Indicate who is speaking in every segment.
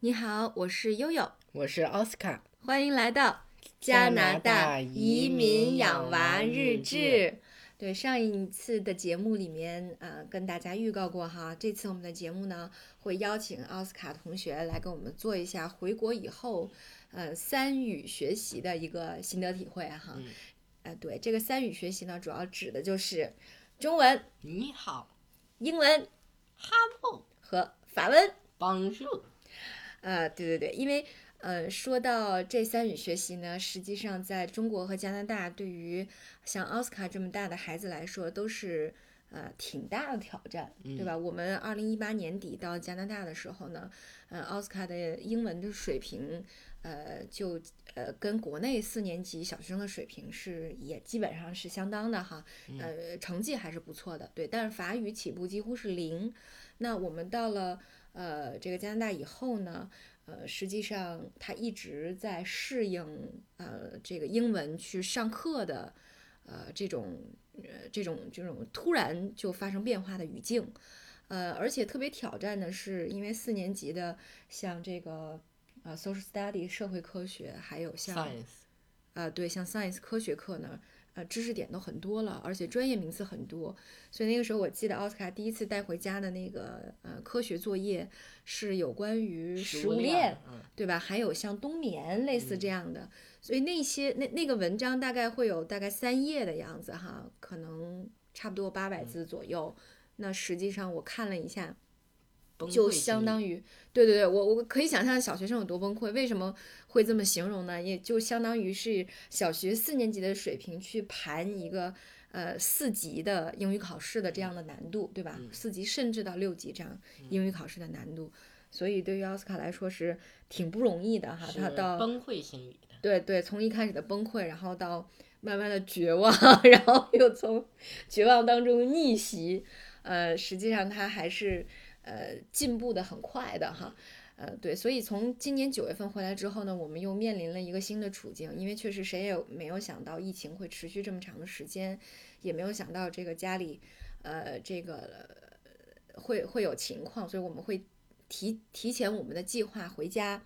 Speaker 1: 你好，我是悠悠，
Speaker 2: 我是奥斯卡。
Speaker 1: 欢迎来到
Speaker 2: 加
Speaker 1: 拿
Speaker 2: 拿大
Speaker 1: 移
Speaker 2: 移
Speaker 1: 民
Speaker 2: 民
Speaker 1: 养娃
Speaker 2: 养娃
Speaker 1: 日
Speaker 2: 日
Speaker 1: 志
Speaker 2: 志。
Speaker 1: 对，上一次的节目里面，呃，跟大家预告过哈，这次我们的节目呢，会邀请奥斯卡同学来跟我们做一下回国以后，呃，三语学习的一个心得体会哈。
Speaker 2: 嗯
Speaker 1: 呃，对，这个三语学习呢，主要指的就是中文、
Speaker 2: 你好
Speaker 1: 英文
Speaker 2: ，Hello，
Speaker 1: 和法文。
Speaker 2: Bonjour。
Speaker 1: 啊，对对对，因为呃，说到这三语学习呢，实际上在中国和加拿大，对于像奥斯卡这么大的孩子来说，都是呃挺大的挑战，对吧？我们二零一八年底到加拿大的时候呢，呃，奥斯卡的英文的水平，呃，就呃跟国内四年级小学生的水平是也基本上是相当的哈，呃，成绩还是不错的，对。但是法语起步几乎是零，那我们到了。呃，这个加拿大以后呢，呃，实际上他一直在适应呃这个英文去上课的，呃这种呃这种这种突然就发生变化的语境，呃，而且特别挑战的是，因为四年级的像这个呃 social study 社会科学，还有像
Speaker 2: Science。
Speaker 1: 啊，对，像 science 科学课呢，呃，知识点都很多了，而且专业名词很多，所以那个时候我记得奥斯卡第一次带回家的那个呃科学作业是有关于食物链，。嗯
Speaker 2: 嗯，
Speaker 1: 对吧？还有像冬眠类似这样的，所以那些那那个文章大概会有大概三页的样子哈，可能差不多八百字左右。那实际上我看了一下，
Speaker 2: 崩
Speaker 1: 就
Speaker 2: 溃心
Speaker 1: 相
Speaker 2: 理
Speaker 1: 当于，对对对，我我可以想象小学生有多崩溃。为什么会这么形容呢？也就相当于是小学四年级的水平去盘一个呃四级的英语考试的这样的难度，对吧？
Speaker 2: 嗯
Speaker 1: 四级甚至到六级这样英语考试的难度，所以对于奥斯卡来说是挺不容易的哈。
Speaker 2: 是
Speaker 1: 他到
Speaker 2: 崩溃心理的。
Speaker 1: 对对，从一开始的崩溃，然后到慢慢的绝望， 然后又从绝望当中逆袭，呃，实际上他还是呃进步的很快的哈，呃，对，所以从今年九月份回来之后呢，我们又面临了一个新的处境，因为确实谁也没有想到疫情会持续这么长的时间，也没有想到这个家里呃这个呃会会有情况，所以我们会提提前我们的计划回家。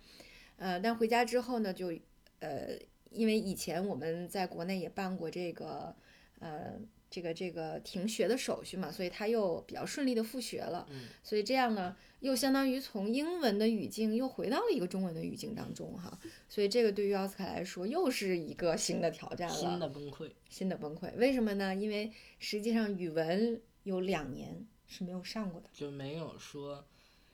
Speaker 1: 呃，但回家之后呢，就呃，因为以前我们在国内也办过这个，呃，这个这个停学的手续嘛，所以他又比较顺利的复学了。
Speaker 2: 嗯
Speaker 1: 所以这样呢，又相当于从英文的语境又回到了一个中文的语境当中哈。所以这个对于奥斯卡来说又是一个新的挑战了，
Speaker 2: 新的崩溃。
Speaker 1: 新的崩溃。为什么呢？因为实际上语文有两年是没有上过的。
Speaker 2: 就没有说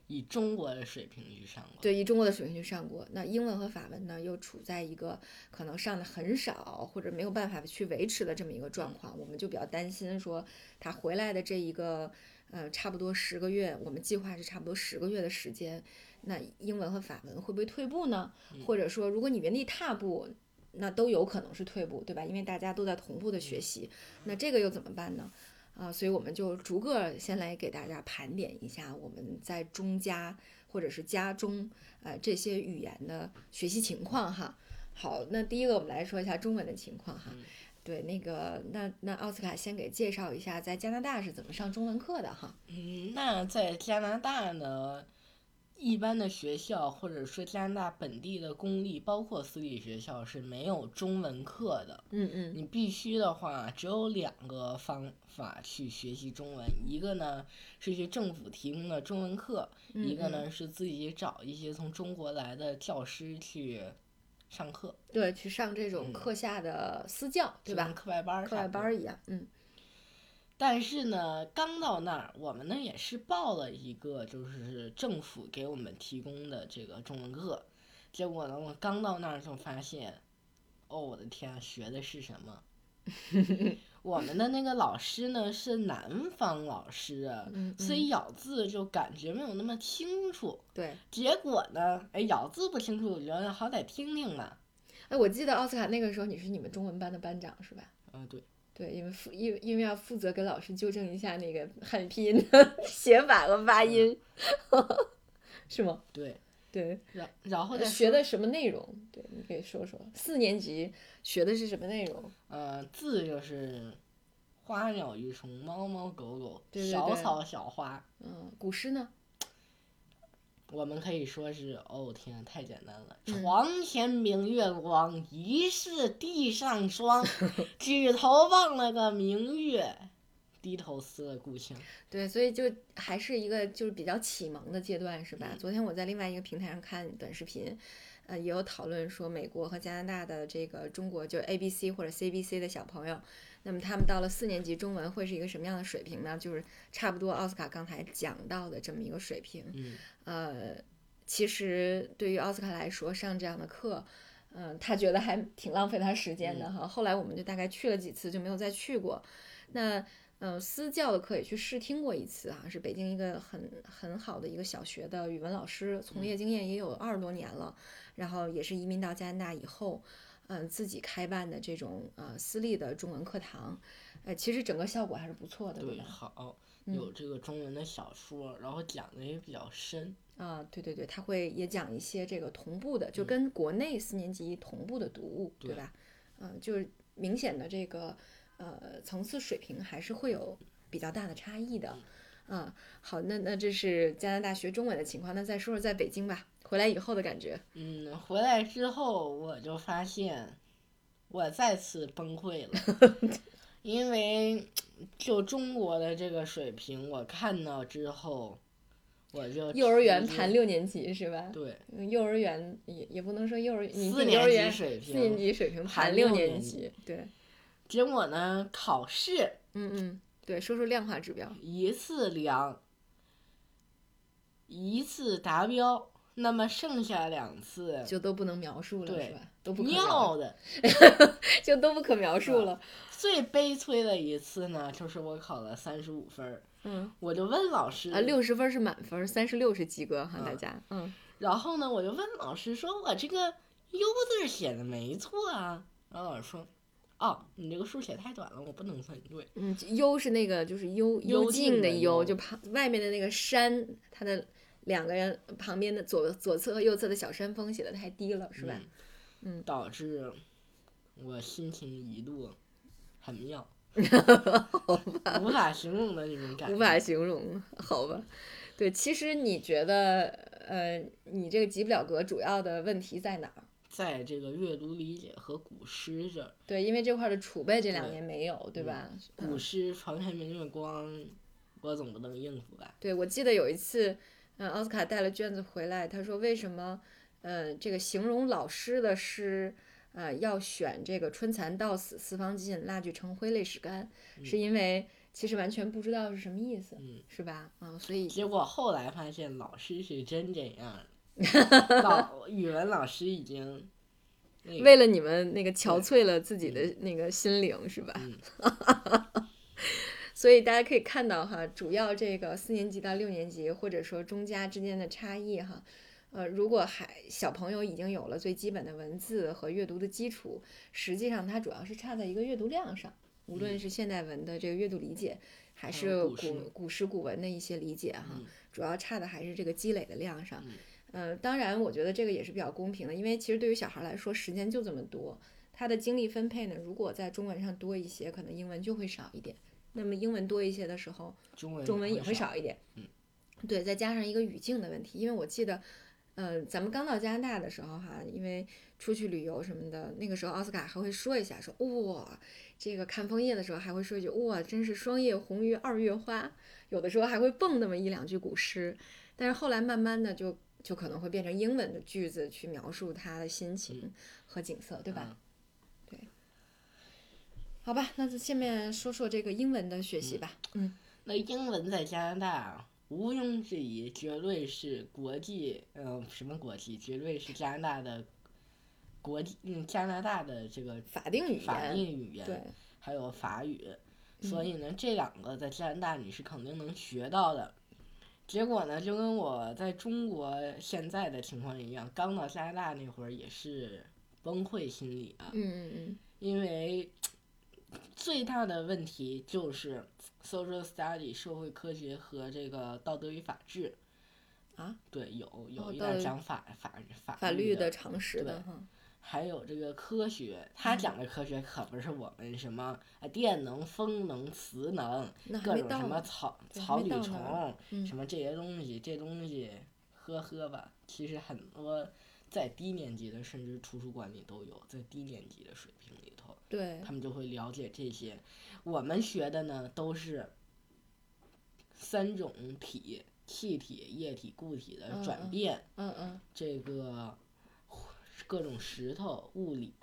Speaker 2: 以中国的水平去上过。，
Speaker 1: 对，以中国的水平去上过。那英文和法文呢，又处在一个可能上的很少，或者没有办法去维持的这么一个状况，我们就比较担心说他回来的这一个呃，差不多十个月，我们计划是差不多十个月的时间，那英文和法文会不会退步呢？或者说，如果你原地踏步，那都有可能是退步，对吧？因为大家都在同步的学习，那这个又怎么办呢？啊，所以我们就逐个先来给大家盘点一下我们在中加或者是加中呃这些语言的学习情况哈。好，那第一个我们来说一下中文的情况哈。对，那个那那奥斯卡先给介绍一下在加拿大是怎么上中文课的哈。
Speaker 2: 嗯，那在加拿大呢，一般的学校或者说加拿大本地的公立，包括私立学校是没有中文课的。
Speaker 1: 嗯嗯
Speaker 2: 你必须的话，只有两个方法去学习中文，一个呢是去政府提供的中文课，
Speaker 1: 嗯
Speaker 2: 一个呢是自己找一些从中国来的教师去上课，
Speaker 1: 对，去上这种课下的私教，对
Speaker 2: 就
Speaker 1: 吧
Speaker 2: 跟？课外班
Speaker 1: 嗯
Speaker 2: 儿
Speaker 1: 课
Speaker 2: 差
Speaker 1: 外
Speaker 2: 不
Speaker 1: 班
Speaker 2: 多
Speaker 1: 儿一样，嗯
Speaker 2: 但是呢，刚到那儿，我们呢也是报了一个，就是政府给我们提供的这个中文课。结果呢，我刚到那儿就发现，哦，我的天啊，学的是什么？我们的那个老师呢是南方老师啊，
Speaker 1: 嗯，
Speaker 2: 所以咬字就感觉没有那么清楚。
Speaker 1: 对。
Speaker 2: 结果呢，哎，咬字不清楚，我觉得好歹听听吧。
Speaker 1: 哎，我记得奥斯卡那个时候你是你们中文班的班长是吧？
Speaker 2: 嗯，对，
Speaker 1: 对，因为负因为因为要负责给老师纠正一下那个汉语拼音的 写法和发音， 是吗？
Speaker 2: 对，
Speaker 1: 对，
Speaker 2: 然然后
Speaker 1: 呃
Speaker 2: 再
Speaker 1: 学
Speaker 2: 说
Speaker 1: 的什么内容？对，你可以说说四年级学的是什么内容？
Speaker 2: 呃，字就是花鸟鱼虫、猫猫狗狗、
Speaker 1: 对对
Speaker 2: 小
Speaker 1: 对
Speaker 2: 草小花。
Speaker 1: 嗯，古诗呢？
Speaker 2: 我们可以说是，哦天啊，太简单了！
Speaker 1: 嗯
Speaker 2: 床前明月光，疑是地上霜，举头望了个明月，低头思了故乡。
Speaker 1: 对，所以就还是一个就是比较启蒙的阶段，是吧？
Speaker 2: 嗯
Speaker 1: 昨天我在另外一个平台上看短视频，呃，也有讨论说美国和加拿大的这个中国就是 A B C 或者 C B C 的小朋友，那么他们到了四年级中文会是一个什么样的水平呢？就是差不多奥斯卡刚才讲到的这么一个水平。
Speaker 2: 嗯
Speaker 1: 呃，其实对于奥斯卡来说，上这样的课，嗯、他觉得还挺浪费他时间的哈。后来我们就大概去了几次，就没有再去过。那嗯、呃私教的课也去试听过一次哈、是北京一个很很好的一个小学的语文老师，从业经验也有二十多年了，然后也是移民到加拿大以后。嗯，自己开办的这种呃私立的中文课堂，呃，其实整个效果还是不错的，
Speaker 2: 对，
Speaker 1: 吧？
Speaker 2: 好，
Speaker 1: 嗯
Speaker 2: 有这个中文的小说，然后讲的也比较深。
Speaker 1: 啊，对对对，他会也讲一些这个同步的，就跟国内四年级同步的读物，对
Speaker 2: 嗯对
Speaker 1: 吧？嗯、就是明显的这个呃层次水平还是会有比较大的差异的。
Speaker 2: 嗯
Speaker 1: 啊，好，那那这是加拿大学中文的情况，那再说说在北京吧，回来以后的感觉。
Speaker 2: 嗯，回来之后我就发现，我再次崩溃了， 因为就中国的这个水平，我看到之后，我就
Speaker 1: 幼儿园
Speaker 2: 直接
Speaker 1: 盘六年级是吧？
Speaker 2: 呃对
Speaker 1: 嗯幼儿园也也不能说幼儿，你
Speaker 2: 四
Speaker 1: 比幼儿
Speaker 2: 年级
Speaker 1: 园
Speaker 2: 水
Speaker 1: 四年
Speaker 2: 平
Speaker 1: 级水平
Speaker 2: 盘
Speaker 1: 盘六
Speaker 2: 六
Speaker 1: 年
Speaker 2: 年
Speaker 1: 级，对，
Speaker 2: 结果呢，考试
Speaker 1: 嗯嗯，对，说说量化指标，
Speaker 2: 一次量，一次达标，那么剩下两次
Speaker 1: 就都不能描述了，
Speaker 2: 对
Speaker 1: 是吧？都不可描
Speaker 2: 妙的。
Speaker 1: 就都不可描述 了。
Speaker 2: 最悲催的一次呢，就是我考了三十五分儿，
Speaker 1: 嗯
Speaker 2: 我就问老师
Speaker 1: 啊，六十分是满分，三十六是及格哈，
Speaker 2: 嗯
Speaker 1: 大家。嗯
Speaker 2: 然后呢，我就问老师说：“我这个 U 字写的没错啊。”然后老师说：“哦，你这个数写太短了，我不能算你对。
Speaker 1: 嗯，U 是那个就是幽幽
Speaker 2: 幽
Speaker 1: 静
Speaker 2: 静
Speaker 1: 的
Speaker 2: 的幽
Speaker 1: 就旁外面的那个山，它的两个人旁边的左左侧和右侧的小山峰写的太低了，是吧？
Speaker 2: 嗯
Speaker 1: 嗯
Speaker 2: 导致我心情一度 很妙，无法形容的那种感觉。
Speaker 1: 无法形容，好吧？对，其实你觉得呃，你这个及不了格主要的问题在哪儿？
Speaker 2: 在这个阅读理解和古诗这儿，
Speaker 1: 对，因为这块儿的储备这两
Speaker 2: 对
Speaker 1: 年没有，对吧？嗯
Speaker 2: 古诗“床前明月光”，我总不能应付吧？
Speaker 1: 对，我记得有一次，嗯，奥斯卡带了卷子回来，他说为什么，呃，这个形容老师的诗，呃，要选这个“春蚕到死丝方尽，蜡炬成灰泪始干”，是因为其实完全不知道是什么意思，
Speaker 2: 嗯
Speaker 1: 是吧？啊，所以
Speaker 2: 结果后来发现老师是真这样儿， 老语文老师已经那个
Speaker 1: 为了你们那个憔悴了自己的那个心灵，是吧？
Speaker 2: 嗯
Speaker 1: 所以大家可以看到哈，主要这个四年级到六年级，或者说中加之间的差异哈，呃，如果还小朋友已经有了最基本的文字和阅读的基础，实际上它主要是差在一个阅读量上，无论是现代文的这个阅读理解，还
Speaker 2: 嗯还
Speaker 1: 是
Speaker 2: 有
Speaker 1: 古
Speaker 2: 古诗
Speaker 1: 古诗古文的一些理解哈，
Speaker 2: 嗯
Speaker 1: 主要差的还是这个积累的量上。
Speaker 2: 嗯
Speaker 1: 呃，当然，我觉得这个也是比较公平的，因为其实对于小孩来说，时间就这么多，他的精力分配呢，如果在中文上多一些，可能英文就会少一点。那么英文多一些的时候，
Speaker 2: 中文
Speaker 1: 中文也会
Speaker 2: 会
Speaker 1: 少一点。
Speaker 2: 嗯，
Speaker 1: 对，再加上一个语境的问题，因为我记得，呃，咱们刚到加拿大的时候哈，因为出去旅游什么的，那个时候奥斯卡还会说一下，说哇，这个看枫叶的时候还会说一句哇，真是霜叶红于二月花，有的时候还会蹦那么一两句古诗，但是后来慢慢的就。就可能会变成英文的句子去描述他的心情和景色，对吧？
Speaker 2: 嗯
Speaker 1: 好吧，那就下面说说这个英文的学习吧。嗯，
Speaker 2: 那英文在加拿大毋庸置疑，绝对是国际，嗯、什么国际？绝对是加拿大的国际，嗯，加拿大的这个
Speaker 1: 法定语言，
Speaker 2: 法定语言，啊
Speaker 1: 对，嗯
Speaker 2: 还有法语，所以呢，这两个在加拿大你是肯定能学到的。结果呢，就跟我在中国现在的情况一样，刚到加拿大那会儿也是崩溃心理啊，
Speaker 1: 嗯嗯嗯。
Speaker 2: 因为最大的问题就是 social study 社会科学和这个道德与法治
Speaker 1: 啊，
Speaker 2: 对，有有
Speaker 1: 哦
Speaker 2: 一
Speaker 1: 道
Speaker 2: 点
Speaker 1: 德
Speaker 2: 讲法法法
Speaker 1: 法律
Speaker 2: 的
Speaker 1: 的常识的哈，
Speaker 2: 还有这个科学，他讲的科学可不是我们什么啊电能、风能、磁能，
Speaker 1: 那还
Speaker 2: 各
Speaker 1: 没
Speaker 2: 种
Speaker 1: 到
Speaker 2: 什么
Speaker 1: 呢。
Speaker 2: 草
Speaker 1: 对还
Speaker 2: 草
Speaker 1: 没
Speaker 2: 履
Speaker 1: 到那儿
Speaker 2: 虫
Speaker 1: 嗯，
Speaker 2: 什么这些东西，这东西呵呵吧，其实很多在低年级的，甚至图书馆里都有，在低年级的水平里头，
Speaker 1: 对，
Speaker 2: 他们就会了解这些。我们学的呢都是三种体：气体、液体、固体的
Speaker 1: 嗯嗯
Speaker 2: 转变，
Speaker 1: 嗯嗯
Speaker 2: 这个各种石头、物理，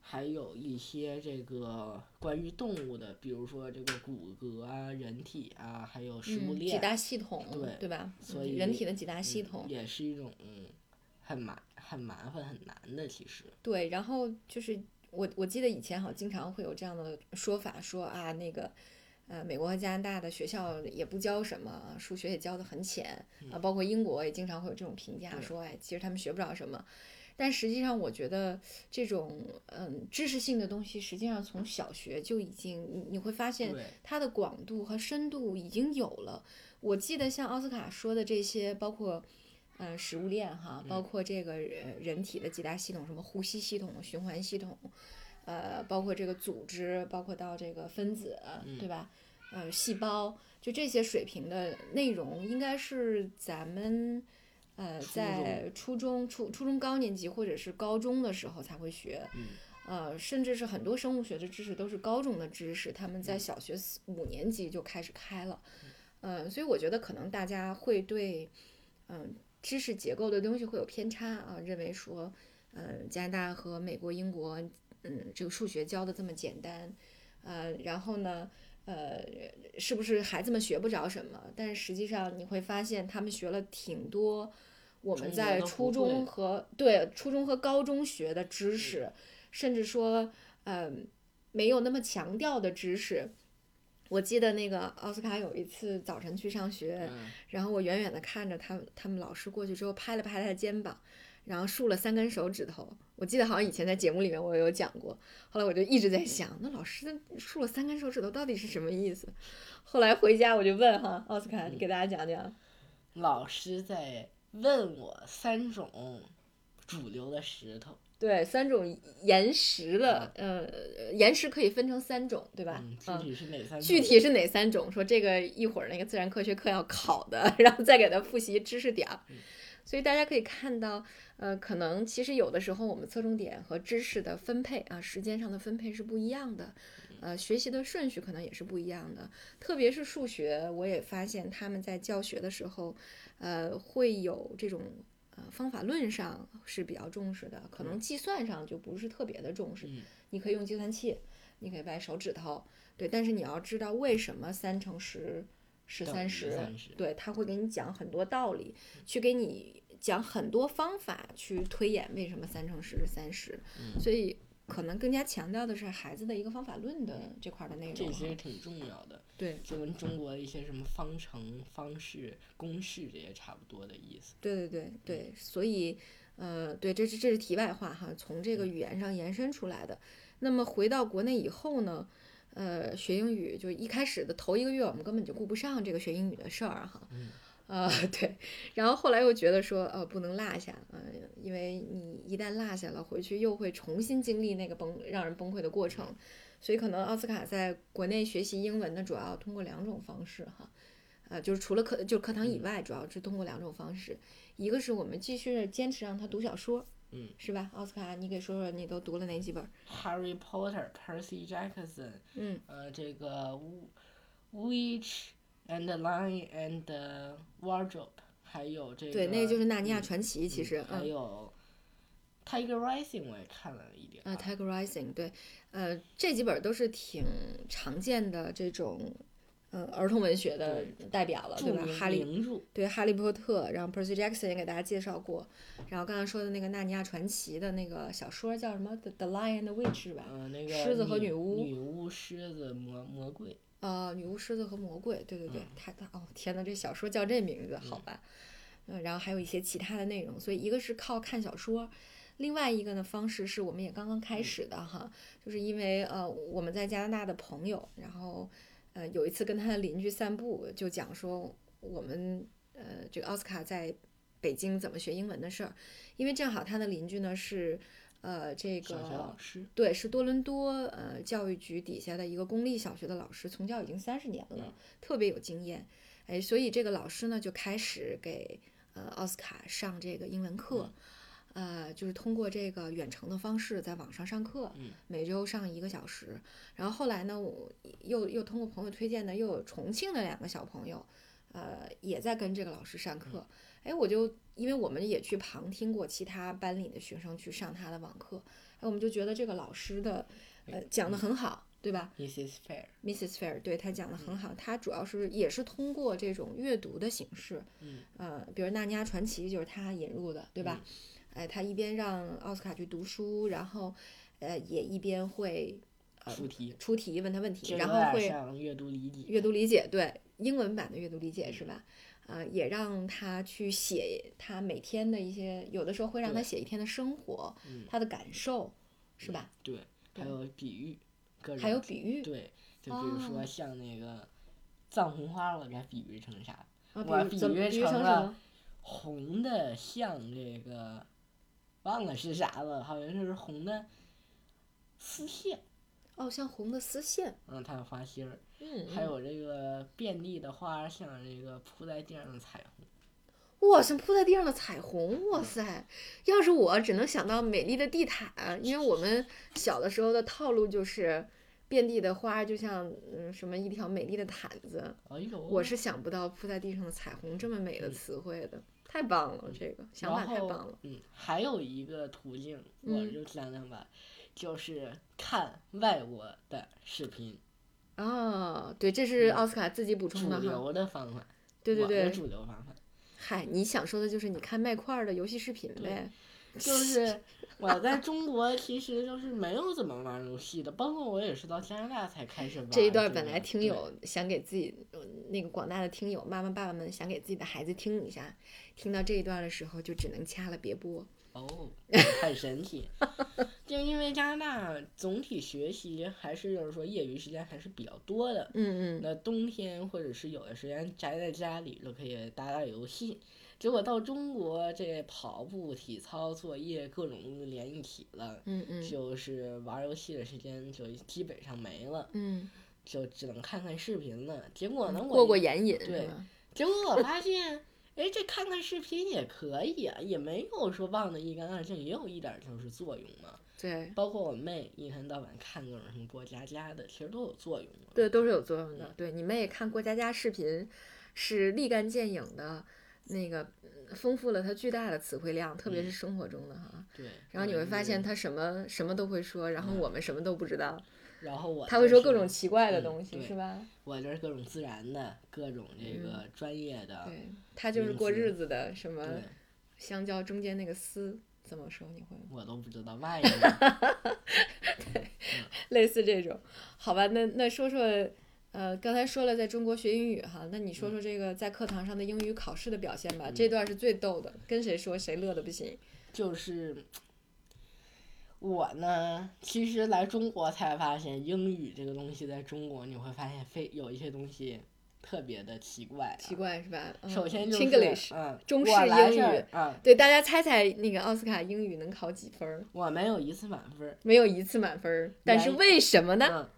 Speaker 2: 还有一些这个关于动物的，比如说这个骨骼啊、人体啊，还有食物
Speaker 1: 嗯，几
Speaker 2: 链，
Speaker 1: 大系统，
Speaker 2: 对
Speaker 1: 吧？
Speaker 2: 所
Speaker 1: 嗯
Speaker 2: 以
Speaker 1: 人体的几大
Speaker 2: 嗯
Speaker 1: 系统，
Speaker 2: 也是一种嗯很麻很麻烦很难的，其实
Speaker 1: 对，然后就是我我记得以前好像经常会有这样的说法，说啊那个，呃，美国和加拿大的学校也不教什么，数学也教得很浅啊，包括英国也经常会有这种评价，
Speaker 2: 嗯对
Speaker 1: 说哎，其实他们学不着什么。但实际上，我觉得这种嗯知识性的东西，实际上从小学就已经，你你会发现
Speaker 2: 对
Speaker 1: 它的广度和深度已经有了。我记得像奥斯卡说的这些，包括呃食物链哈，
Speaker 2: 嗯
Speaker 1: 包括这个人人体的几大系统，什么呼吸系统、循环系统，呃，包括这个组织，包括到这个分子，
Speaker 2: 嗯
Speaker 1: 对吧？呃，细胞，就这些水平的内容，应该是咱们呃
Speaker 2: 初
Speaker 1: 在初中、初初中高年级或者是高中的时候才会学。
Speaker 2: 嗯
Speaker 1: 呃，甚至是很多生物学的知识都是高中的知识，他们
Speaker 2: 嗯
Speaker 1: 在小学四五年级就开始开了。嗯，所以我觉得可能大家会对，嗯，知识结构的东西会有偏差啊，认为说，嗯，加拿大和美国、英国，嗯，这个数学教的这么简单，呃，然后呢，呃，是不是孩子们学不着什么？但是实际上你会发现，他们学了挺多我们
Speaker 2: 中国
Speaker 1: 在
Speaker 2: 都不
Speaker 1: 初
Speaker 2: 会
Speaker 1: 中和对初中和高中学的知识，甚至说，呃，没有那么强调的知识。我记得那个奥斯卡有一次早晨去上学，
Speaker 2: 嗯
Speaker 1: 然后我远远的看着他们，他们老师过去之后拍了拍他的肩膀，然后竖了三根手指头。我记得好像以前在节目里面我也有讲过，后来我就一直在想，那老师那竖了三根手指头到底是什么意思？后来回家我就问哈奥斯卡，你给大家讲讲。
Speaker 2: 老师在问我三种主流的石头，
Speaker 1: 对，三种岩石的，呃，岩石可以分成三种，对吧？
Speaker 2: 嗯，具
Speaker 1: 嗯，
Speaker 2: 体是哪三种？
Speaker 1: 具体是哪三种？说这个一会儿那个自然科学课要考的， 然后再给他复习知识点儿。
Speaker 2: 嗯
Speaker 1: 所以大家可以看到，呃，可能其实有的时候我们侧重点和知识的分配啊，时间上的分配是不一样的，
Speaker 2: 嗯
Speaker 1: 呃，学习的顺序可能也是不一样的。特别是数学，我也发现他们在教学的时候，呃，会有这种。呃，方法论上是比较重视的，可能计算上就不是特别的重视。
Speaker 2: 嗯
Speaker 1: 你可以用计算器，你可以掰手指头，对。但是你要知道为什么三乘十十
Speaker 2: 等
Speaker 1: 三
Speaker 2: 于
Speaker 1: 十，
Speaker 2: 30
Speaker 1: 对，他会给你讲很多道理，去给你讲很多方法去推演为什么三乘十是三十。
Speaker 2: 嗯
Speaker 1: 所以可能更加强调的是孩子的一个方法论的这块儿的内容
Speaker 2: 这
Speaker 1: 哈。
Speaker 2: 些挺重要的。
Speaker 1: 对
Speaker 2: 就跟中国的一些什么方程、方式、公式这些差不多的意思。
Speaker 1: 对对对对，所以呃，对，这是这是题外话哈，从这个语言上延伸出来的。那么回到国内以后呢，呃，学英语就一开始的头一个月，我们根本就顾不上这个学英语的事儿哈。
Speaker 2: 嗯
Speaker 1: 呃，对，然后后来又觉得说，呃，不能落下，嗯、因为你一旦落下了，回去又会重新经历那个崩让人崩溃的过程，所以可能奥斯卡在国内学习英文呢，主要通过两种方式哈，呃，就是除了课就是课堂以外，主要是通过两种方式，一个是我们继续坚持让他读小说，
Speaker 2: 嗯，
Speaker 1: 是吧？奥斯卡，你给说说你都读了哪几本儿？
Speaker 2: Harry Potter、Percy Jackson，
Speaker 1: 嗯，
Speaker 2: 呃，这个 W- Witch and the Lion and the Wardrobe，还有这个
Speaker 1: 对，那个就是《纳尼亚
Speaker 2: 嗯
Speaker 1: 传奇》，其
Speaker 2: 嗯
Speaker 1: 实，
Speaker 2: 还
Speaker 1: 嗯，
Speaker 2: 有 Tiger Rising 我也看了一点
Speaker 1: 啊，《Tiger Rising》对，呃，这几本儿都是挺常见的这种，呃，儿童文学的代表了，对
Speaker 2: 著
Speaker 1: 吧？
Speaker 2: 名
Speaker 1: 哈利
Speaker 2: 名著，
Speaker 1: 对《哈利波特》，然后 Percy Jackson 也给大家介绍过，然后刚才说的那个《纳尼亚传奇》的那个小说叫什么？《The The Lion and the Witch》是吧？
Speaker 2: 嗯，那个
Speaker 1: 狮子和
Speaker 2: 女
Speaker 1: 女巫
Speaker 2: 女巫、狮子、魔魔鬼，
Speaker 1: 呃，女巫、狮子和魔鬼，对对对，
Speaker 2: 嗯
Speaker 1: 他他哦，天呐，这小说叫这名字，好吧，嗯，然后还有一些其他的内容，所以一个是靠看小说，另外一个呢方式是我们也刚刚
Speaker 2: 嗯
Speaker 1: 开始的哈，就是因为呃我们在加拿大的朋友，然后呃有一次跟他的邻居散步，就讲说我们呃这个奥斯卡在北京怎么学英文的事儿，因为正好他的邻居呢是呃这个
Speaker 2: 小学老师，
Speaker 1: 对，是多伦多呃教育局底下的一个公立小学的老师，从教已经三十年了，特别有经验。哎，所以这个老师呢就开始给呃奥斯卡上这个英文课，呃，就是通过这个远程的方式在网上上课，
Speaker 2: 嗯
Speaker 1: 每周上一个小时。然后后来呢，我又又通过朋友推荐呢，又有重庆的两个小朋友，呃，也在跟这个老师上课。哎，我就因为我们也去旁听过其他班里的学生去上他的网课，哎，我们就觉得这个老师的呃讲
Speaker 2: 嗯
Speaker 1: 的很好，对吧？
Speaker 2: This is fair。
Speaker 1: Mrs. Fair 对他讲的很
Speaker 2: 嗯
Speaker 1: 好，他主要是也是通过这种阅读的形式，
Speaker 2: 嗯，
Speaker 1: 呃，比如《纳尼亚传奇》就是他引入的，对吧？哎，他一边让奥斯卡去读书，然后，呃，也一边会
Speaker 2: 出啊题，
Speaker 1: 出题问他问题，
Speaker 2: 这
Speaker 1: 然
Speaker 2: 有
Speaker 1: 后
Speaker 2: 点
Speaker 1: 会
Speaker 2: 像阅读理解。
Speaker 1: 阅读理解，对，英文版的阅读理解是吧？
Speaker 2: 嗯
Speaker 1: 呃，也让他去写他每天的一些，有的时候会让他
Speaker 2: 对
Speaker 1: 写一天的生活，
Speaker 2: 嗯，
Speaker 1: 他的感受，是吧？
Speaker 2: 对，还
Speaker 1: 对
Speaker 2: 有比喻，各种
Speaker 1: 还有比喻
Speaker 2: 嗯对，就比如说
Speaker 1: 哦
Speaker 2: 像那个藏红花，我给它比喻成啥？
Speaker 1: 啊，比
Speaker 2: 我
Speaker 1: 如
Speaker 2: 比
Speaker 1: 怎么
Speaker 2: 喻
Speaker 1: 比喻
Speaker 2: 成
Speaker 1: 成什
Speaker 2: 了
Speaker 1: 么？
Speaker 2: 红的像这个，忘了是啥了，好像是红的丝线，
Speaker 1: 哦，像红的丝线，
Speaker 2: 嗯，它有花心儿，
Speaker 1: 嗯，
Speaker 2: 还有这个遍地的花儿像这个铺在地上的彩虹。
Speaker 1: 哇，像铺在地上的彩虹，
Speaker 2: 嗯
Speaker 1: 哇塞！要是我只能想到美丽的地毯，因为我们小的时候的套路就是，遍地的花就像嗯什么一条美丽的毯子。
Speaker 2: 哎呦，
Speaker 1: 我是想不到铺在地上的彩虹这么美的词汇的，太棒了，这个想法
Speaker 2: 嗯然
Speaker 1: 太
Speaker 2: 后
Speaker 1: 棒了。
Speaker 2: 嗯，还有一个途径，我
Speaker 1: 嗯
Speaker 2: 就讲讲吧，就是看外国的视频，
Speaker 1: 哦，对，这是
Speaker 2: 嗯
Speaker 1: 奥斯卡自己补充
Speaker 2: 主
Speaker 1: 的哈。
Speaker 2: 流的方法，
Speaker 1: 对对
Speaker 2: 网络
Speaker 1: 对，
Speaker 2: 主流 方法，
Speaker 1: 嗨，你想说的就是你看卖块儿的游戏视频呗？
Speaker 2: 就是我在中国其实就是没有怎么玩游戏的，包括我也是到加拿大才开始玩。
Speaker 1: 这一段本来
Speaker 2: 个
Speaker 1: 听
Speaker 2: 对
Speaker 1: 友想给自己呃那个广大的听友妈妈爸爸们想给自己的孩子听一下，听到这一段的时候就只能掐了，别播。
Speaker 2: 哦，很神奇。就因为加拿大总体学习还是就是说业余时间还是比较多的，
Speaker 1: 嗯嗯，
Speaker 2: 那冬天或者是有的时间宅在家里就可以打打游戏。结果到中国，这跑步、体操、作业各种东西连一起了，
Speaker 1: 嗯嗯
Speaker 2: 就是玩游戏的时间就基本上没了，
Speaker 1: 嗯，
Speaker 2: 就只能看看视频了。结果呢，我
Speaker 1: 过过
Speaker 2: 一
Speaker 1: 眼瘾
Speaker 2: 对
Speaker 1: 是吧？
Speaker 2: 结果我发现，哎，这看看视频也可以啊，也没有说忘得一干二净，也有一点儿就是作用嘛。
Speaker 1: 对
Speaker 2: 包括我妹一天到晚看各种什么过家家的，其实都有作用嘛。
Speaker 1: 对，都是有作用的。对，你们也看过佳佳视频，是立竿见影的，那个嗯丰富了他巨大的词汇量，特
Speaker 2: 嗯
Speaker 1: 别是生活中的哈。
Speaker 2: 对。嗯
Speaker 1: 然后你会发现他什么什么都会说，然后我们什么都不知道，
Speaker 2: 然后嗯我
Speaker 1: 他会
Speaker 2: 就
Speaker 1: 说
Speaker 2: 是
Speaker 1: 各种奇怪的
Speaker 2: 嗯
Speaker 1: 东西
Speaker 2: 对
Speaker 1: 是吧？
Speaker 2: 我就是各种自然的，各种这个专业的，
Speaker 1: 嗯对，他就是
Speaker 2: 名
Speaker 1: 过
Speaker 2: 字
Speaker 1: 日子的什
Speaker 2: 对
Speaker 1: 么。香蕉中间那个丝怎么说？ 你会吗？
Speaker 2: 我都不知道外语
Speaker 1: 类似这种，好吧？那那说说，呃，刚才说了在中国学英语哈，那你
Speaker 2: 嗯
Speaker 1: 说说这个在课堂上的英语考试的表现吧。这段是最逗的，跟谁说谁乐的不行。
Speaker 2: 就是我呢，其实来中国才发现英语这个东西，在中国你会发现非有一些东西特别的奇怪、
Speaker 1: 奇。怪是吧？嗯、
Speaker 2: 首先就是
Speaker 1: Chinglish，
Speaker 2: 嗯，
Speaker 1: 中式
Speaker 2: 我来
Speaker 1: 英
Speaker 2: 这儿
Speaker 1: 语
Speaker 2: 嗯，
Speaker 1: 对大家猜猜那个奥斯卡英语能考几分儿？
Speaker 2: 我没有一次满分儿。
Speaker 1: 没有一次满分儿，但是
Speaker 2: 原
Speaker 1: 为什么呢？
Speaker 2: 嗯，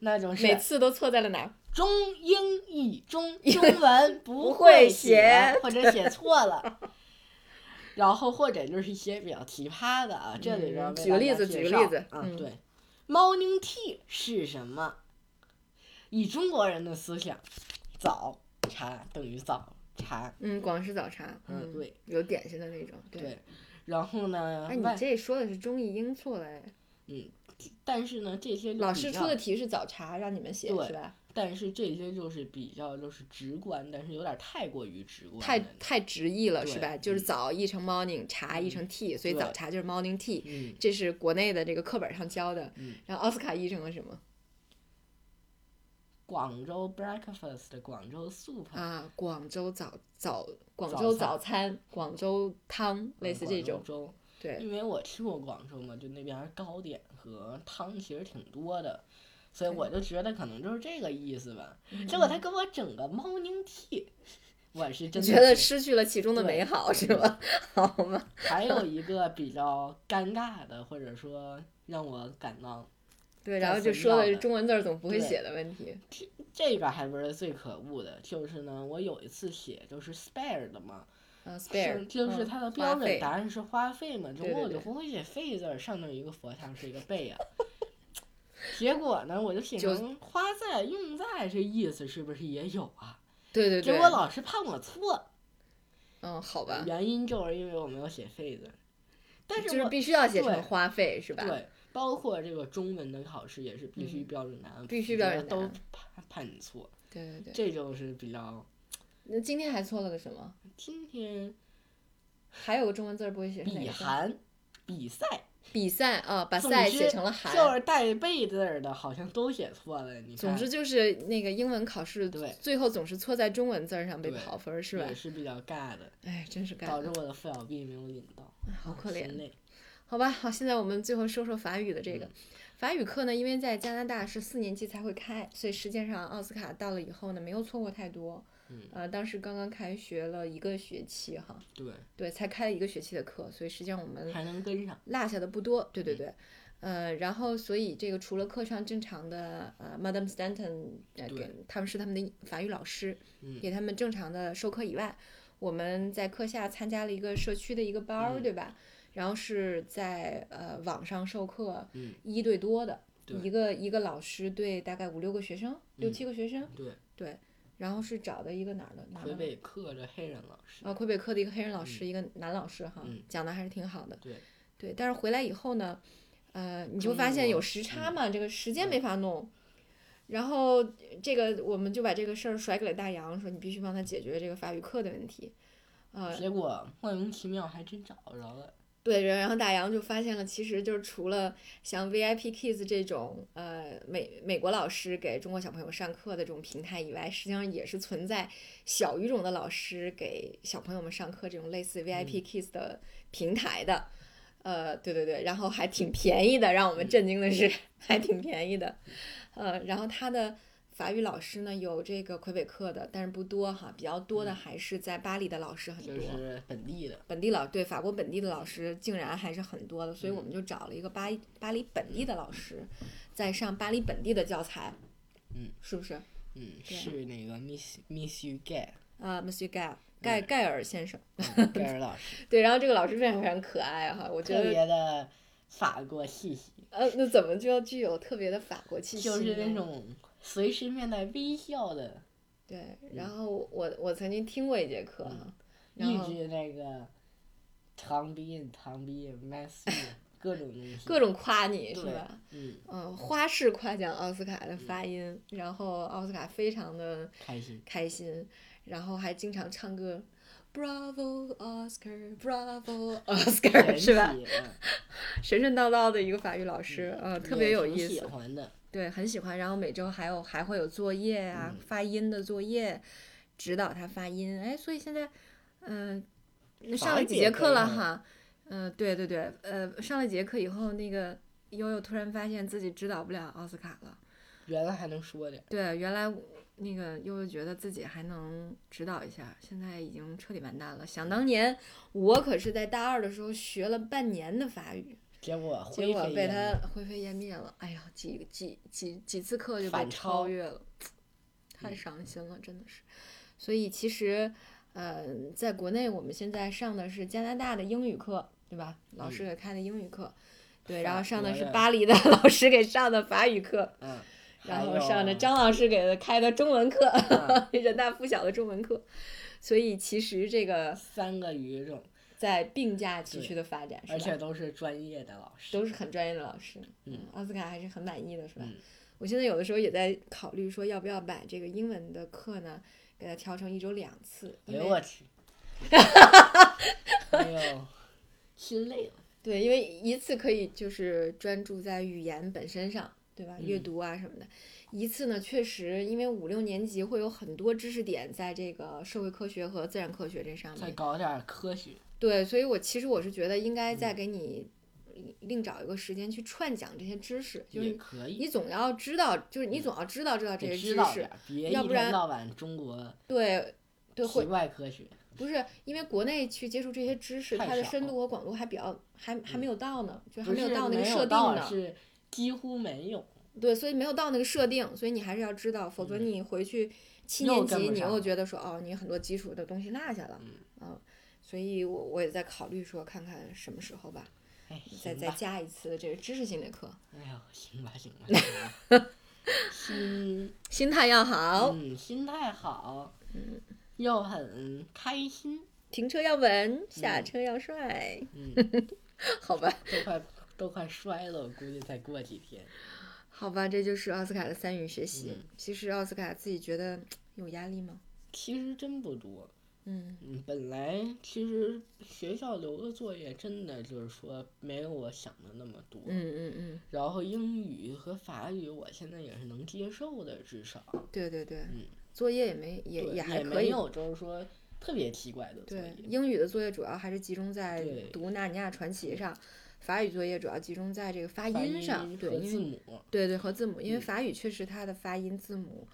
Speaker 2: 那就是
Speaker 1: 每次都错在了哪儿？
Speaker 2: 中英译中，中文不
Speaker 1: 不会写
Speaker 2: 或者写错 了，然后或者就是一些比较奇葩的啊，这里边儿
Speaker 1: 嗯
Speaker 2: 为
Speaker 1: 举个
Speaker 2: 大
Speaker 1: 例
Speaker 2: 家
Speaker 1: 子
Speaker 2: 介
Speaker 1: 举个
Speaker 2: 绍
Speaker 1: 例子
Speaker 2: 啊，
Speaker 1: 嗯
Speaker 2: 对，morning tea 是什么？以中国人的思想，早茶等于早茶，
Speaker 1: 嗯，广式早茶，
Speaker 2: 嗯
Speaker 1: 嗯，
Speaker 2: 对，
Speaker 1: 有点心的那种，对。
Speaker 2: 对，然后呢
Speaker 1: 哎，，你
Speaker 2: 外，
Speaker 1: 这说的是中译英错了哎。
Speaker 2: 但是呢，这些就
Speaker 1: 老
Speaker 2: 比
Speaker 1: 师
Speaker 2: 较
Speaker 1: 出的题是早茶，让你们写
Speaker 2: 对
Speaker 1: 是吧？
Speaker 2: 但是这些就是比较就是直观，但是有点儿太过于直观了，
Speaker 1: 太太直译了是
Speaker 2: 对
Speaker 1: 吧？就是
Speaker 2: 嗯
Speaker 1: 早译成 morning，茶译成 tea，所以
Speaker 2: 对
Speaker 1: 早茶就是 morning tea。
Speaker 2: 嗯，
Speaker 1: 这是国内的这个课本上教的
Speaker 2: 嗯，
Speaker 1: 然后奥斯卡译成了什么
Speaker 2: 广州 breakfast，广州 soup，
Speaker 1: 啊？广州早早广州早
Speaker 2: 早
Speaker 1: 餐，广州汤，类似这种
Speaker 2: 广。州粥，
Speaker 1: 对，
Speaker 2: 因为我去过广州嘛，就那边儿糕点和汤其实挺多的，所以
Speaker 1: 对
Speaker 2: 我就觉得可能就是这个意思吧。
Speaker 1: 嗯
Speaker 2: 结果他给我整个 morning tea，我是真的
Speaker 1: 觉得
Speaker 2: 是嗯
Speaker 1: 失去了其中的美好是吧？好吗？
Speaker 2: 还有一个比较尴尬的，或者说让我感到
Speaker 1: 对，
Speaker 2: 这
Speaker 1: 然后就
Speaker 2: 很
Speaker 1: 说的
Speaker 2: 绕
Speaker 1: 是
Speaker 2: 的
Speaker 1: 中文字儿总不会
Speaker 2: 对
Speaker 1: 写的问题。
Speaker 2: 这个还不是最可恶的，就是呢，我有一次写就是 spare 的嘛，
Speaker 1: 嗯，spare
Speaker 2: 是，就是
Speaker 1: 嗯
Speaker 2: 它的
Speaker 1: 花
Speaker 2: 标准
Speaker 1: 费
Speaker 2: 答案是花费嘛，中
Speaker 1: 对对
Speaker 2: 国我就
Speaker 1: 对
Speaker 2: 不会写费字儿，上面一个佛像是一个贝啊。 结果呢，我就写
Speaker 1: 就
Speaker 2: 成花在用在这意思是不是也有啊？
Speaker 1: 对对
Speaker 2: 结
Speaker 1: 对，啊
Speaker 2: 果老师判我错，
Speaker 1: 嗯，好吧，
Speaker 2: 原因就是因为我没有写费字儿。但
Speaker 1: 就是是
Speaker 2: 我
Speaker 1: 必须要写成
Speaker 2: 对
Speaker 1: 花费是吧？
Speaker 2: 对，包括这个中文的考试也是必须标准答案，
Speaker 1: 嗯必须
Speaker 2: 否则
Speaker 1: 标准答
Speaker 2: 都
Speaker 1: 案
Speaker 2: 判判你错，
Speaker 1: 对对对。
Speaker 2: 这就是比较
Speaker 1: 那今天还错了个什么？
Speaker 2: 今天
Speaker 1: 还有个中文字儿不会写是哪
Speaker 2: 比
Speaker 1: 个字儿？
Speaker 2: 韩比赛。
Speaker 1: 比赛啊，把
Speaker 2: 总
Speaker 1: 赛
Speaker 2: 之
Speaker 1: 写成了韩。
Speaker 2: 就是带贝字儿的，好像都写错了。你看，
Speaker 1: 总之就是那个英文考试，
Speaker 2: 对
Speaker 1: 最后总是错在中文字儿上被
Speaker 2: 对
Speaker 1: 跑分儿，是吧
Speaker 2: 也？是比较尬的，
Speaker 1: 哎，真是干
Speaker 2: 导致我的父小 B 没有领到，
Speaker 1: 好可怜
Speaker 2: 心累。
Speaker 1: 好吧，好，现在我们最后说说法语的这
Speaker 2: 嗯
Speaker 1: 个。法语课呢，因为在加拿大是四年级才会开，所以实际上奥斯卡到了以后呢，没有错过太多。
Speaker 2: 嗯
Speaker 1: 呃，当时刚刚开学了一个学期哈，
Speaker 2: 对，
Speaker 1: 对，才开了一个学期的课，所以实际上我们
Speaker 2: 还能跟上。
Speaker 1: 落下的不多，对对
Speaker 2: 嗯
Speaker 1: 对，呃，然后所以这个除了课上正常的呃，Madam Stanton 呃
Speaker 2: 对
Speaker 1: 给他们是他们的法语老师，
Speaker 2: 嗯
Speaker 1: 给他们正常的授课以外，我们在课下参加了一个社区的一个班儿，
Speaker 2: 嗯
Speaker 1: 对吧？然后是在呃网上授课，
Speaker 2: 嗯
Speaker 1: 一对多的，
Speaker 2: 对
Speaker 1: 一个一个老师对大概五六个学生，六
Speaker 2: 嗯
Speaker 1: 七个学生，
Speaker 2: 对，
Speaker 1: 对，然后是找的一个哪儿的哪儿
Speaker 2: 魁
Speaker 1: 的。
Speaker 2: 北克的黑人老师。
Speaker 1: 呃，魁北克的一个黑人老师，一个男老师哈，
Speaker 2: 嗯
Speaker 1: 讲的还是挺好的。
Speaker 2: 对，
Speaker 1: 对，但是回来以后呢，呃，你就
Speaker 2: 中
Speaker 1: 发现有
Speaker 2: 国
Speaker 1: 时差嘛，这个时
Speaker 2: 嗯
Speaker 1: 间没法弄。然后这个我们就把这个事儿甩给了大洋，说你必须帮他解决这个法语课的问题。呃，
Speaker 2: 结果莫名其妙还真找着了。
Speaker 1: 对，然后大洋就发现了，其实就是除了像 VIP Kids 这种呃美美国老师给中国小朋友上课的这种平台以外，实际上也是存在小语种的老师给小朋友们上课这种类似 VIP Kids 的平台的。呃，对对对，然后还挺便宜的，让我们震惊的是，还挺便宜的。呃，然后他的法语老师呢有这个魁北克的，但是不多哈，比较多的还是在巴黎的老师很多。
Speaker 2: 就是本地的，
Speaker 1: 本地老对法国本地的老师竟然还是很多的，所以
Speaker 2: 嗯
Speaker 1: 我们就找了一个巴巴黎本地的老师，在上巴黎本地的教材，
Speaker 2: 嗯，
Speaker 1: 是不是？
Speaker 2: 嗯，是那个 Miss Miss You Gay
Speaker 1: 啊、m o n s i e u
Speaker 2: 嗯
Speaker 1: Guy 盖盖尔先生，
Speaker 2: 盖尔老师，
Speaker 1: 对，然后这个老师非常非常可爱哈，我觉
Speaker 2: 特
Speaker 1: 得
Speaker 2: 别的法国气息，
Speaker 1: 呃，那怎么就具有特别的法国气息呢？
Speaker 2: 就是那种随时面带微笑的，
Speaker 1: 对，然后我我曾经听过一节课
Speaker 2: 嗯
Speaker 1: 哈，然
Speaker 2: 一
Speaker 1: 后
Speaker 2: 直那个长鼻音、长鼻音、麦斯各种东西，
Speaker 1: 各种夸你是
Speaker 2: 对
Speaker 1: 吧？
Speaker 2: 嗯，
Speaker 1: 嗯，花式夸奖奥斯卡的发音，然后奥斯卡非常的。
Speaker 2: 开心。
Speaker 1: 开心，然后还经常唱歌，Bravo Oscar，Bravo Oscar，
Speaker 2: 神
Speaker 1: 是吧？
Speaker 2: 奇？ 嗯
Speaker 1: 神神叨叨的一个法语老师，呃，特别
Speaker 2: 也
Speaker 1: 有
Speaker 2: 挺
Speaker 1: 意
Speaker 2: 喜
Speaker 1: 思，
Speaker 2: 欢的，
Speaker 1: 对，很喜欢。然后每周还有还会有作业啊，
Speaker 2: 嗯
Speaker 1: 发音的作业，指导他发音。哎，所以现在，嗯、那上
Speaker 2: 法
Speaker 1: 了
Speaker 2: 语
Speaker 1: 几
Speaker 2: 也
Speaker 1: 节
Speaker 2: 可
Speaker 1: 课
Speaker 2: 以
Speaker 1: 了
Speaker 2: 吗
Speaker 1: 哈，嗯、对对对，呃，上了几节课以后，那个悠悠突然发现自己指导不了奥斯卡了。
Speaker 2: 原来还能说点儿，
Speaker 1: 对，原来我那个悠悠觉得自己还能指导一下，现在已经彻底完蛋了。想当年，我可是在大二的时候学了半年的法语，
Speaker 2: 结果
Speaker 1: 结
Speaker 2: 灰
Speaker 1: 果被
Speaker 2: 飞烟灭
Speaker 1: 他灰飞烟灭了。哎呀，几几几几次课就被
Speaker 2: 反
Speaker 1: 超
Speaker 2: 超
Speaker 1: 越了，太
Speaker 2: 嗯
Speaker 1: 伤心了，真的是。所以其实，呃，在国内我们现在上的是加拿大的英语课，对吧？老师给开的英语课。对，然后
Speaker 2: 嗯法
Speaker 1: 上的
Speaker 2: 国
Speaker 1: 是
Speaker 2: 的
Speaker 1: 巴黎的 老师给上的法语课，
Speaker 2: 嗯，
Speaker 1: 然
Speaker 2: 还
Speaker 1: 后
Speaker 2: 有
Speaker 1: 上着张老师给他开的中文课，
Speaker 2: 啊
Speaker 1: 人大附小的中文课，所以其实这个
Speaker 2: 三个语种，
Speaker 1: 在并驾齐驱的发展，
Speaker 2: 而
Speaker 1: 是
Speaker 2: 且
Speaker 1: 吧？
Speaker 2: 都是专业的老师，
Speaker 1: 都是很专业的老师，
Speaker 2: 嗯，
Speaker 1: 奥斯卡还是很满意的，是吧？
Speaker 2: 嗯
Speaker 1: 我现在有的时候也在考虑说，要不要把这个英文的课呢，给它调成一周两次，因
Speaker 2: 哎呦
Speaker 1: 为
Speaker 2: 我去，哎呦，心累了，
Speaker 1: 对，因为一次可以就是专注在语言本身上，对吧？阅
Speaker 2: 嗯
Speaker 1: 读啊什么的。一次呢，确实因为五六年级会有很多知识点在这个社会科学和自然科学这上
Speaker 2: 再
Speaker 1: 面。
Speaker 2: 搞点儿科学，
Speaker 1: 对，所以我其实我是觉得应该
Speaker 2: 嗯
Speaker 1: 再给你另找一个时间去串讲这些知识，就
Speaker 2: 也
Speaker 1: 是
Speaker 2: 可
Speaker 1: 你
Speaker 2: 以，
Speaker 1: 总要知道，就是你总要知道知道这
Speaker 2: 得
Speaker 1: 些
Speaker 2: 知
Speaker 1: 知
Speaker 2: 道
Speaker 1: 识
Speaker 2: 点，儿，别
Speaker 1: 要
Speaker 2: 一
Speaker 1: 不然
Speaker 2: 天到晚中国
Speaker 1: 对。对，
Speaker 2: 奇
Speaker 1: 会
Speaker 2: 怪科学，
Speaker 1: 不是因为国内去接触这些知识，
Speaker 2: 太
Speaker 1: 它的
Speaker 2: 少
Speaker 1: 深
Speaker 2: 了嗯
Speaker 1: 度和广度还比较还还没有到呢，就还
Speaker 2: 不
Speaker 1: 没有
Speaker 2: 是
Speaker 1: 到那个
Speaker 2: 没有
Speaker 1: 设定
Speaker 2: 到
Speaker 1: 呢。
Speaker 2: 是几乎没有，
Speaker 1: 对，所以没有到那个设定，所以你还是要知道，否则你回去七
Speaker 2: 嗯又
Speaker 1: 年
Speaker 2: 跟
Speaker 1: 级
Speaker 2: 不
Speaker 1: 你
Speaker 2: 上
Speaker 1: 又
Speaker 2: 了
Speaker 1: 觉得说哦，你很多基础的东西落下了，
Speaker 2: 嗯
Speaker 1: 啊，所以我我也在考虑说，看看什么时候吧，
Speaker 2: 哎，
Speaker 1: 再
Speaker 2: 行
Speaker 1: 再
Speaker 2: 吧，
Speaker 1: 加一次这个知识性的课，
Speaker 2: 哎呦，行吧，行吧，行吧心
Speaker 1: 心态要好，嗯
Speaker 2: 嗯，心态好，要很开心，
Speaker 1: 停车要稳，下车要帅，
Speaker 2: 嗯，
Speaker 1: 好吧，
Speaker 2: 都快都快摔了，我估计再过几天，
Speaker 1: 好吧，这就是奥斯卡的三语学习
Speaker 2: 嗯。
Speaker 1: 其实奥斯卡自己觉得有压力吗？
Speaker 2: 其实真不多，
Speaker 1: 嗯
Speaker 2: 嗯，本来其实学校留的作业真的就是说没有我想的那么多，
Speaker 1: 嗯嗯嗯，
Speaker 2: 然后英语和法语我现在也是能接受的，至少，
Speaker 1: 对对对，
Speaker 2: 嗯，
Speaker 1: 作业也没也
Speaker 2: 对，
Speaker 1: 还可
Speaker 2: 没
Speaker 1: 以。
Speaker 2: 有就是说特别奇怪的作
Speaker 1: 对，
Speaker 2: 业，
Speaker 1: 英语的作业主要还是集中在
Speaker 2: 对
Speaker 1: 读《纳尼亚传奇》上，法语作业主要集中在这个发
Speaker 2: 发
Speaker 1: 音上，对，
Speaker 2: 和
Speaker 1: 因
Speaker 2: 字
Speaker 1: 为
Speaker 2: 母
Speaker 1: 对对和字母，因为
Speaker 2: 嗯
Speaker 1: 法语确实它的发音字母，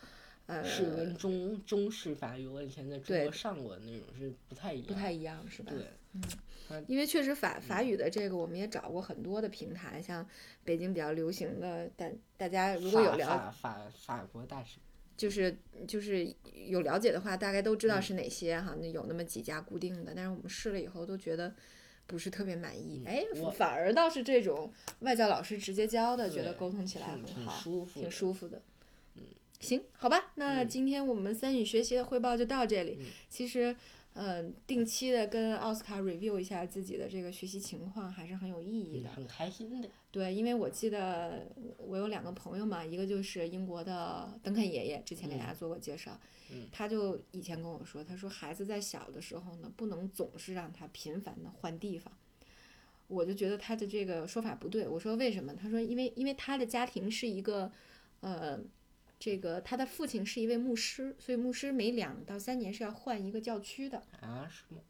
Speaker 1: 呃，
Speaker 2: 是跟中中式法语，我以前在中
Speaker 1: 对
Speaker 2: 国上过的那种是不太一样，
Speaker 1: 不太一样，是吧？
Speaker 2: 对，
Speaker 1: 因为确实法
Speaker 2: 嗯
Speaker 1: 法语的这个，我们也找过很多的平台，像北京比较流行的，但大家如果有
Speaker 2: 法
Speaker 1: 了，
Speaker 2: 法法法国大使，
Speaker 1: 就是就是有了解的话，大概都知道
Speaker 2: 嗯
Speaker 1: 是哪些哈，那有那么几家固定的，但是我们试了以后都觉得不是特别满意，
Speaker 2: 嗯
Speaker 1: 哎
Speaker 2: 我，
Speaker 1: 反而倒是这种外教老师直接教的，觉得
Speaker 2: 对
Speaker 1: 沟通起来很
Speaker 2: 挺挺
Speaker 1: 好，
Speaker 2: 舒服的，
Speaker 1: 挺舒服的。嗯行，好吧，那
Speaker 2: 嗯
Speaker 1: 今天我们三语学习的汇报就到这里。
Speaker 2: 嗯
Speaker 1: 其实，嗯、定期的跟奥斯卡 review 一下自己的这个学习情况还是很有意义
Speaker 2: 嗯
Speaker 1: 的。
Speaker 2: 很开心的，
Speaker 1: 对，因为我记得我有两个朋友嘛，一个就是英国的邓肯爷爷，之前给大家做过介绍，
Speaker 2: 嗯
Speaker 1: 他就以前跟我说，他说孩子在小的时候呢，不能总是让他频繁的换地方。我就觉得他的这个说法不对，我说为什么？他说因为因为他的家庭是一个，呃，这个他的父亲是一位牧师，所以牧师每两到三年是要换一个教区的。
Speaker 2: 啊，是吗？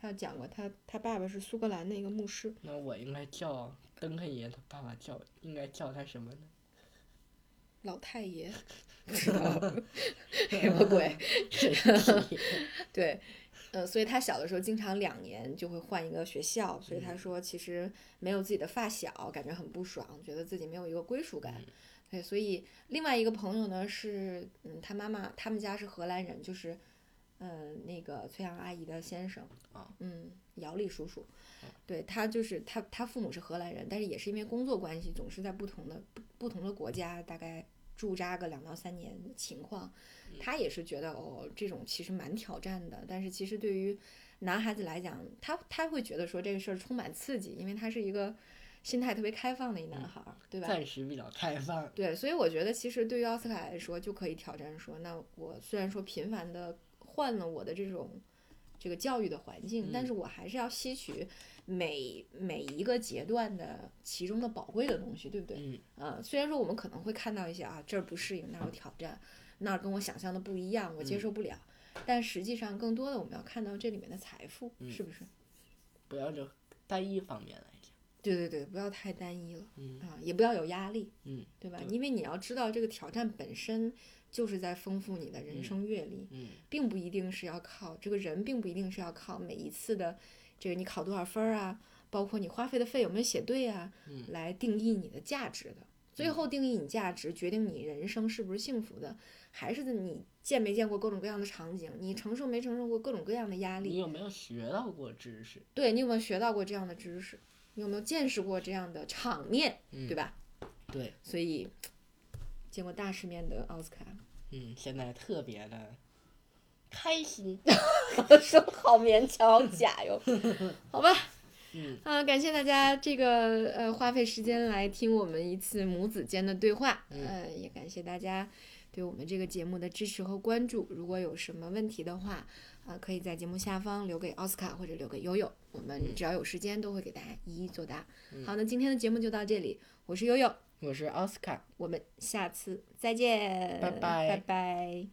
Speaker 1: 他讲过他他爸爸是苏格兰的一个牧师，
Speaker 2: 那我应该叫邓肯爷他爸爸叫，应该叫他什么呢？
Speaker 1: 老太爷， 不知道什么 鬼。 对，呃，所以他小的时候经常两年就会换一个学校，所以他
Speaker 2: 嗯
Speaker 1: 说其实没有自己的发小，感觉很不爽，觉得自己没有一个归属感。对，所以另外一个朋友呢是，嗯，他妈妈他们家是荷兰人，就是，嗯，那个崔杨阿姨的先生，
Speaker 2: 啊
Speaker 1: 嗯，姚丽叔叔，对他就是他他父母是荷兰人，但是也是因为工作关系，总是在不同的不不同的国家大概驻扎个两到三年的情况，他也是觉得哦，这种其实蛮挑战的，但是其实对于男孩子来讲，他他会觉得说这个事儿充满刺激，因为他是一个心态特别开放的一男孩儿，对吧？
Speaker 2: 暂时比较开放，
Speaker 1: 对，所以我觉得其实对于奥斯卡来说，就可以挑战说，那我虽然说频繁的换了我的这种这个教育的环境，但
Speaker 2: 嗯
Speaker 1: 是我还是要吸取每每一个阶段的其中的宝贵的东西，对不对？
Speaker 2: 嗯，
Speaker 1: 呃，虽然说我们可能会看到一些啊，这儿不适应，那儿有挑战，那儿跟我想象的不一样，我接
Speaker 2: 嗯
Speaker 1: 受不了。但实际上，更多的我们要看到这里面的财富，
Speaker 2: 嗯
Speaker 1: 是不是？
Speaker 2: 不要就单一方面来讲，
Speaker 1: 对对对，不要太单一了
Speaker 2: 嗯
Speaker 1: 啊，也不要有压力。
Speaker 2: 嗯
Speaker 1: 对吧？
Speaker 2: 对
Speaker 1: 因为你要知道，这个挑战本身就是在丰富你的人
Speaker 2: 嗯
Speaker 1: 生阅历，
Speaker 2: 嗯，
Speaker 1: 并不一定是要靠这个人，并不一定是要靠每一次的这个你考多少分儿啊，包括你花费的费有没有写对啊，
Speaker 2: 嗯
Speaker 1: 来定义你的价值的。最后定义你价值，决定你人生是不是幸福的，还是你见没见过各种各样的场景，你承受没承受过各种各样的压力
Speaker 2: 你，有没有学到过知识？
Speaker 1: 对你有没有学到过这样的知识，你有没有见识过这样的场面，
Speaker 2: 嗯
Speaker 1: 对吧？
Speaker 2: 对，
Speaker 1: 所以见过大世面的奥斯卡，
Speaker 2: 嗯，现在特别的开心，
Speaker 1: 说好勉强，好假 哟。好吧，
Speaker 2: 嗯，
Speaker 1: 啊、感谢大家这个呃花费时间来听我们一次母子间的对话，
Speaker 2: 嗯
Speaker 1: 呃，也感谢大家对我们这个节目的支持和关注。如果有什么问题的话，啊、可以在节目下方留给奥斯卡或者留给悠悠，我们
Speaker 2: 嗯
Speaker 1: 只要有时间都会给大家一一作答。
Speaker 2: 嗯
Speaker 1: 好，那今天的节目就到这里，我是悠悠，
Speaker 2: 我是奥斯卡。
Speaker 1: 我们下次再见，
Speaker 2: 拜拜
Speaker 1: 拜拜。